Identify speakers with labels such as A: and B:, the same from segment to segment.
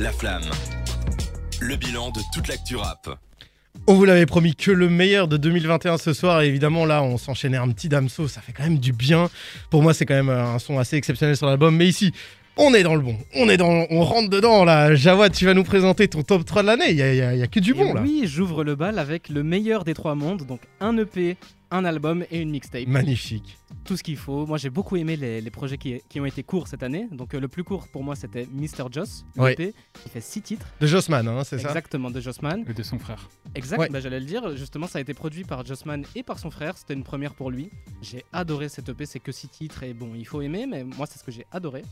A: La Flamme. Le bilan de toute l'actu rap.
B: On vous l'avait promis que le meilleur de 2021 ce soir. Et évidemment, là, on s'enchaînait un petit damso. Ça fait quand même du bien. Pour moi, c'est quand même un son assez exceptionnel sur l'album. Mais ici, on est dans le bon. On est dans, on rentre dedans là. Jawad, tu vas nous présenter ton top 3 de l'année. Il y, a- il y a- il y a que du
C: Et
B: bon là.
C: Oui, j'ouvre le bal avec le meilleur des trois mondes, donc un EP, un album et une mixtape.
B: Magnifique.
C: Tout ce qu'il faut. Moi, j'ai beaucoup aimé les, les projets qui, qui ont été courts cette année. Donc, euh, le plus court pour moi, c'était Mr. Joss,
B: Oui.
C: l'EP, qui fait six titres,
B: De Jossman, hein, c'est ça
C: exactement, de Jossman.
D: Et de son frère.
C: Exact,
B: Ouais.
C: bah, j'allais le dire. Justement, ça a été produit par Jossman et par son frère. C'était une première pour lui. J'ai adoré cet EP, c'est que six titres. Et bon, il faut aimer, mais moi, c'est ce que j'ai adoré.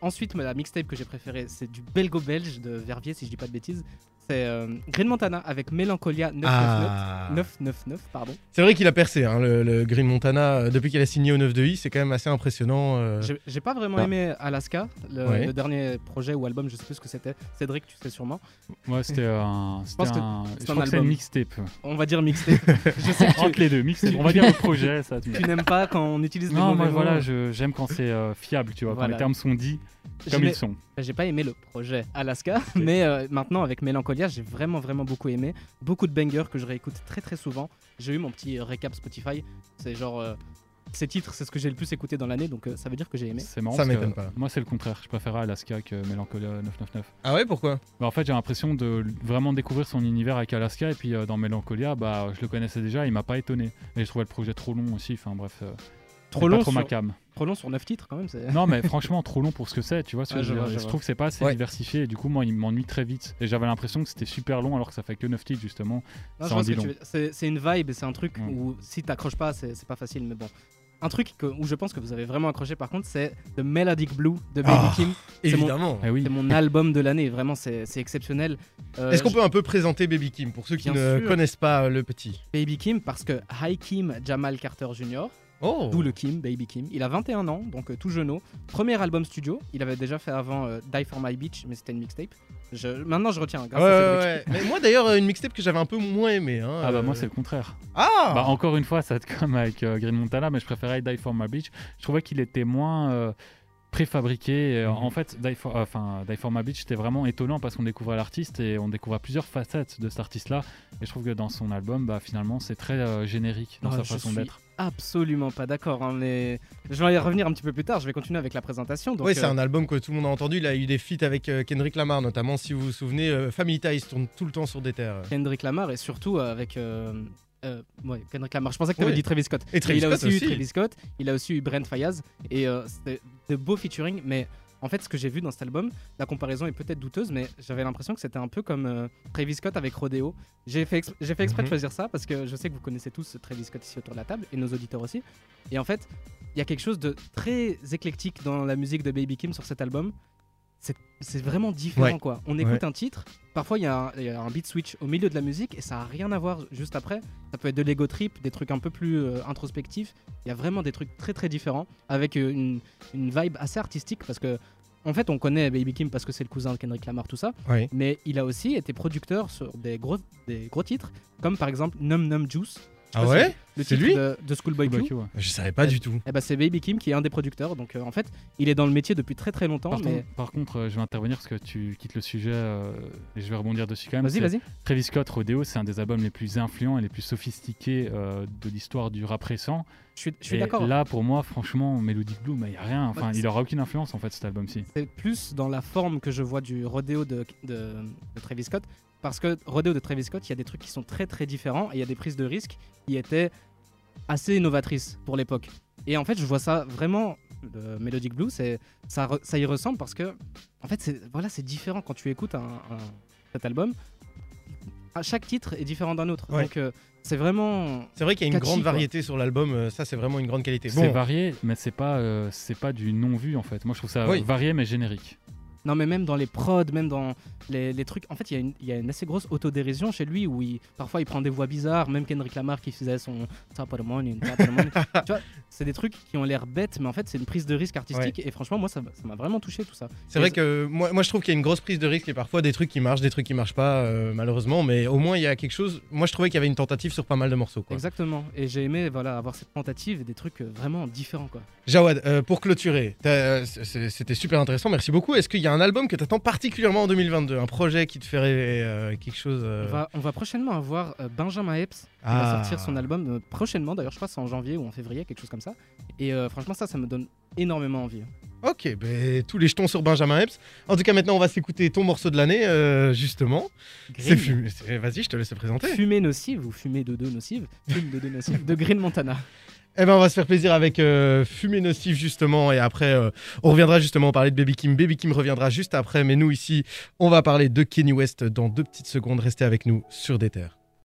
C: Ensuite, la mixtape que j'ai préférée, c'est du belgo-belge de Verviers, si je dis pas de bêtises. C'est euh, Green Montana avec Melancholia 999.
B: Ah.
C: 999, pardon.
B: C'est vrai qu'il a percé hein, le, le Green Montana euh, depuis qu'il a signé au 9 de I, c'est quand même assez impressionnant. euh.
C: J'ai j'ai pas vraiment
B: Ah.
C: aimé Alaska, le,
B: Ouais.
C: le dernier projet ou album, je sais plus ce que c'était. Cédric, tu sais sûrement.
D: Ouais, c'était un. C'était
C: pense que
D: un.
C: c'est
D: Je
C: un
D: crois que c'est une
C: album.
D: mixtape.
C: On va dire mixtape. je sais que
D: Entre les deux, mixtape. On va dire le projet, ça. tu-
C: tu, tu n'aimes pas quand on utilise des
D: Non,
C: mots.
D: moi voilà, je- j'aime quand c'est euh, fiable, tu vois, quand
C: Voilà.
D: les termes sont dits comme ils sont.
C: Bah, J'ai pas aimé le projet Alaska, mais euh, maintenant avec Mélancolia, j'ai vraiment vraiment beaucoup aimé. Beaucoup de bangers que je réécoute très très souvent. J'ai eu mon petit euh, récap Spotify. C'est genre euh, ces titres, c'est ce que j'ai le plus écouté dans l'année, donc euh, ça veut dire que j'ai aimé.
D: C'est marrant.
B: Ça
D: parce que
B: m'étonne pas.
D: Moi, c'est le contraire. Je préfère Alaska que Melancolia 999.
B: Ah ouais, pourquoi
D: Bah, en fait, j'ai l'impression de l- vraiment découvrir son univers avec Alaska. Et puis euh, dans Melancolia, bah, je le connaissais déjà, il m'a pas étonné. Et je trouvais le projet trop long aussi. Enfin bref, euh,
C: Trop
D: c'est pas
C: long,
D: trop ma
C: sur,
D: cam.
C: trop long sur 9 titres quand même. c'est-
D: Non, mais franchement, trop long pour ce que c'est, tu vois. ce que
C: Ah,
D: je,
C: je
D: veux
C: vois,
D: dire.
C: je
D: Je
C: vois.
D: trouve que c'est pas assez
B: Ouais.
D: diversifié. Et du coup, moi, il m'ennuie très vite. Et j'avais l'impression que c'était super long alors que ça fait que 9 titres justement.
C: Non,
D: Ça
C: je
D: en
C: vois ce
D: dit
C: que tu
D: long.
C: veux dire. C'est c'est une vibe et c'est un truc
D: Mm.
C: où si t'accroches pas, c'est c'est pas facile, mais bon. Un truc que- où je pense que vous avez vraiment accroché par contre, c'est The Melodic Blue de Baby
B: Ah,
C: Kim. C'est mon-
B: Évidemment.
D: Eh oui.
C: C'est mon album de l'année, vraiment c'est c'est exceptionnel. Euh,
B: Est-ce qu'on peut un peu présenter Baby Kim pour ceux qui
C: Bien
B: ne
C: sûr.
B: connaissent pas euh, le petit
C: Baby Kim parce que High Kim Jamal Carter Jr.,
B: Oh
C: d'où le Kim, Baby Kim, il a 21 ans, donc euh, tout jeuneau. Premier album studio, il avait déjà fait avant euh, Die for My Beach, mais c'était une mixtape. Je, maintenant je retiens,
B: Ah Ouais,
C: grâce à
B: ouais,
C: Cédric.
B: ouais. Mais moi d'ailleurs, euh, une mixtape que j'avais un peu moins aimée. hein,
D: Ah bah
B: euh.
D: moi c'est le contraire.
B: Ah
D: Bah encore une fois ça te comme avec euh, Green Montana mais je préférais Die for My Beach. Je trouvais qu'il était moins euh, préfabriqué.
C: Mhm.
D: Euh, En fait Die for, euh, enfin, Die for My Beach c'était vraiment étonnant parce qu'on découvrait l'artiste et on découvrait plusieurs facettes de cet artiste là. Et je trouve que dans son album bah, finalement c'est très euh, générique dans
C: Ah,
D: sa
C: je
D: façon
C: suis
D: d'être.
C: Absolument pas d'accord, hein, mais je vais y revenir un petit peu plus tard, je vais continuer avec la présentation. Donc,
B: Ouais, c'est
C: euh,
B: un album que tout le monde a entendu. Il a eu des feats avec euh, Kendrick Lamar, notamment si vous vous souvenez. euh, Family Ties tourne tout le temps sur des terres. euh.
C: Kendrick Lamar et surtout avec. euh, euh, ouais, Kendrick Lamar. Je pensais que tu
B: Oui.
C: dit Travis Scott.
B: Et Travis
C: il a
B: Scott
C: aussi,
B: aussi.
C: eu Travis Scott, il a aussi eu Brent Fayaz. Et euh, c'était de beaux featuring, mais en fait, ce que j'ai vu dans cet album, la comparaison est peut-être douteuse, mais j'avais l'impression que c'était un peu comme euh, Travis Scott avec Rodeo. J'ai fait, ex- j'ai fait exprès
B: Mhm.
C: de choisir ça parce que je sais que vous connaissez tous Travis Scott ici autour de la table et nos auditeurs aussi. Et en fait, il y a quelque chose de très éclectique dans la musique de Baby Kim sur cet album. C'est- C'est vraiment différent
B: Ouais.
C: quoi. On écoute un titre, parfois il y, a un- il y a un beat switch au milieu de la musique et ça a rien à voir juste après. Ça peut être de l'ego trip, des trucs un peu plus euh, introspectifs. Il y a vraiment des trucs très très différents avec euh, une, une vibe assez artistique parce que en fait on connaît Baby Kim parce que c'est le cousin de Kendrick Lamar tout ça,
B: Oui.
C: mais il a aussi été producteur sur des gros des gros titres comme par exemple Num Num Juice. Je
B: Ah
C: sais pas
B: ouais
C: si- Le
B: C'est
C: titre
B: lui
C: de, de Schoolboy Q.
D: Barbecue, ouais.
B: Je savais pas du tout.
C: Eh ben, c'est Baby Kim qui est un des producteurs. Donc euh, en fait, il est dans le métier depuis très très longtemps.
D: Par,
C: mais...
D: contre- par contre euh, je vais intervenir parce que tu quittes le sujet euh, et je vais rebondir dessus quand même.
C: Vas-y,
D: C'est-
C: vas-y.
D: Travis Scott Rodeo c'est un des albums les plus influents et les plus sophistiqués euh, de l'histoire du rap récent.
C: Je suis, je suis
D: Et
C: d'accord.
D: Là, pour moi, franchement, Melody Blue, il n'y a rien.
C: Bah,
D: Enfin, il aura aucune influence en fait cet album-ci.
C: C'est plus dans la forme que je vois du rodéo de, de, de Travis Scott. Parce que rodéo de Travis Scott, il y a des trucs qui sont très très différents et il y a des prises de risques qui étaient assez innovatrices pour l'époque. Et en fait, je vois ça vraiment. Le Melodic Blue, c'est, ça, re- ça y ressemble parce que, en fait, c'est, voilà, c'est différent quand tu écoutes un, un- cet album. À chaque titre est différent d'un autre.
B: Ouais.
C: Donc, euh, c'est vraiment.
B: C'est vrai qu'il y a une
C: Catchy,
B: grande
C: quoi.
B: variété sur l'album. euh, Ça, c'est vraiment une grande qualité.
D: C'est
B: Bon,
D: varié, mais c'est pas, euh, c'est pas du non vu en fait. Moi, je trouve ça
B: Oui.
D: varié mais générique.
C: Non, mais même dans les prods, même dans les, les trucs. En fait, il y, a une- il y a une assez grosse autodérision chez lui où il, parfois il prend des voix bizarres, même Kendrick Lamar qui faisait son Top of the Morning, Top of the Morning. tu vois, c'est des trucs qui ont l'air bêtes, mais en fait, c'est une prise de risque artistique. Et franchement, moi, ça m'a ça m'a vraiment touché tout ça.
B: c'est vrai que moi, moi, je trouve qu'il y a une grosse prise de risque et parfois des trucs qui marchent, des trucs qui marchent pas, euh, malheureusement. Mais au moins, il y a quelque chose. Moi, je trouvais qu'il y avait une tentative sur pas mal de morceaux. Quoi.
C: Exactement. Et j'ai aimé voilà, avoir cette tentative et des trucs euh, vraiment différents. quoi.
B: Jawad, euh, pour clôturer, t'as- euh, c'est- c'était super intéressant. Merci beaucoup. Est-ce qu'il y a a un album que t'attends particulièrement en 2022, un projet qui te ferait euh, quelque chose. euh,
C: On va, on va prochainement avoir euh, Benjamin Epps qui
B: Ah.
C: va sortir son album euh, prochainement. D'ailleurs, je crois que c'est en janvier ou en février, quelque chose comme ça. Et euh, franchement, ça, ça me donne énormément envie.
B: Ok, ben, tous les jetons sur Benjamin Epps. En tout cas, maintenant, on va s'écouter ton morceau de l'année, euh, justement. C'est
C: Green.
B: fumé. c'est- Vas-y, je te laisse le présenter.
C: Fumée nocive ou fumée de deux nocive, fume de deux nocive de Green Montana.
B: Eh ben, on va se faire plaisir avec euh, Fumée Nocif, justement. Et après, euh, on reviendra justement parler de Baby Kim. Baby Kim reviendra juste après. Mais nous, ici, on va parler de Kenny West dans deux petites secondes. Restez avec nous sur des terres.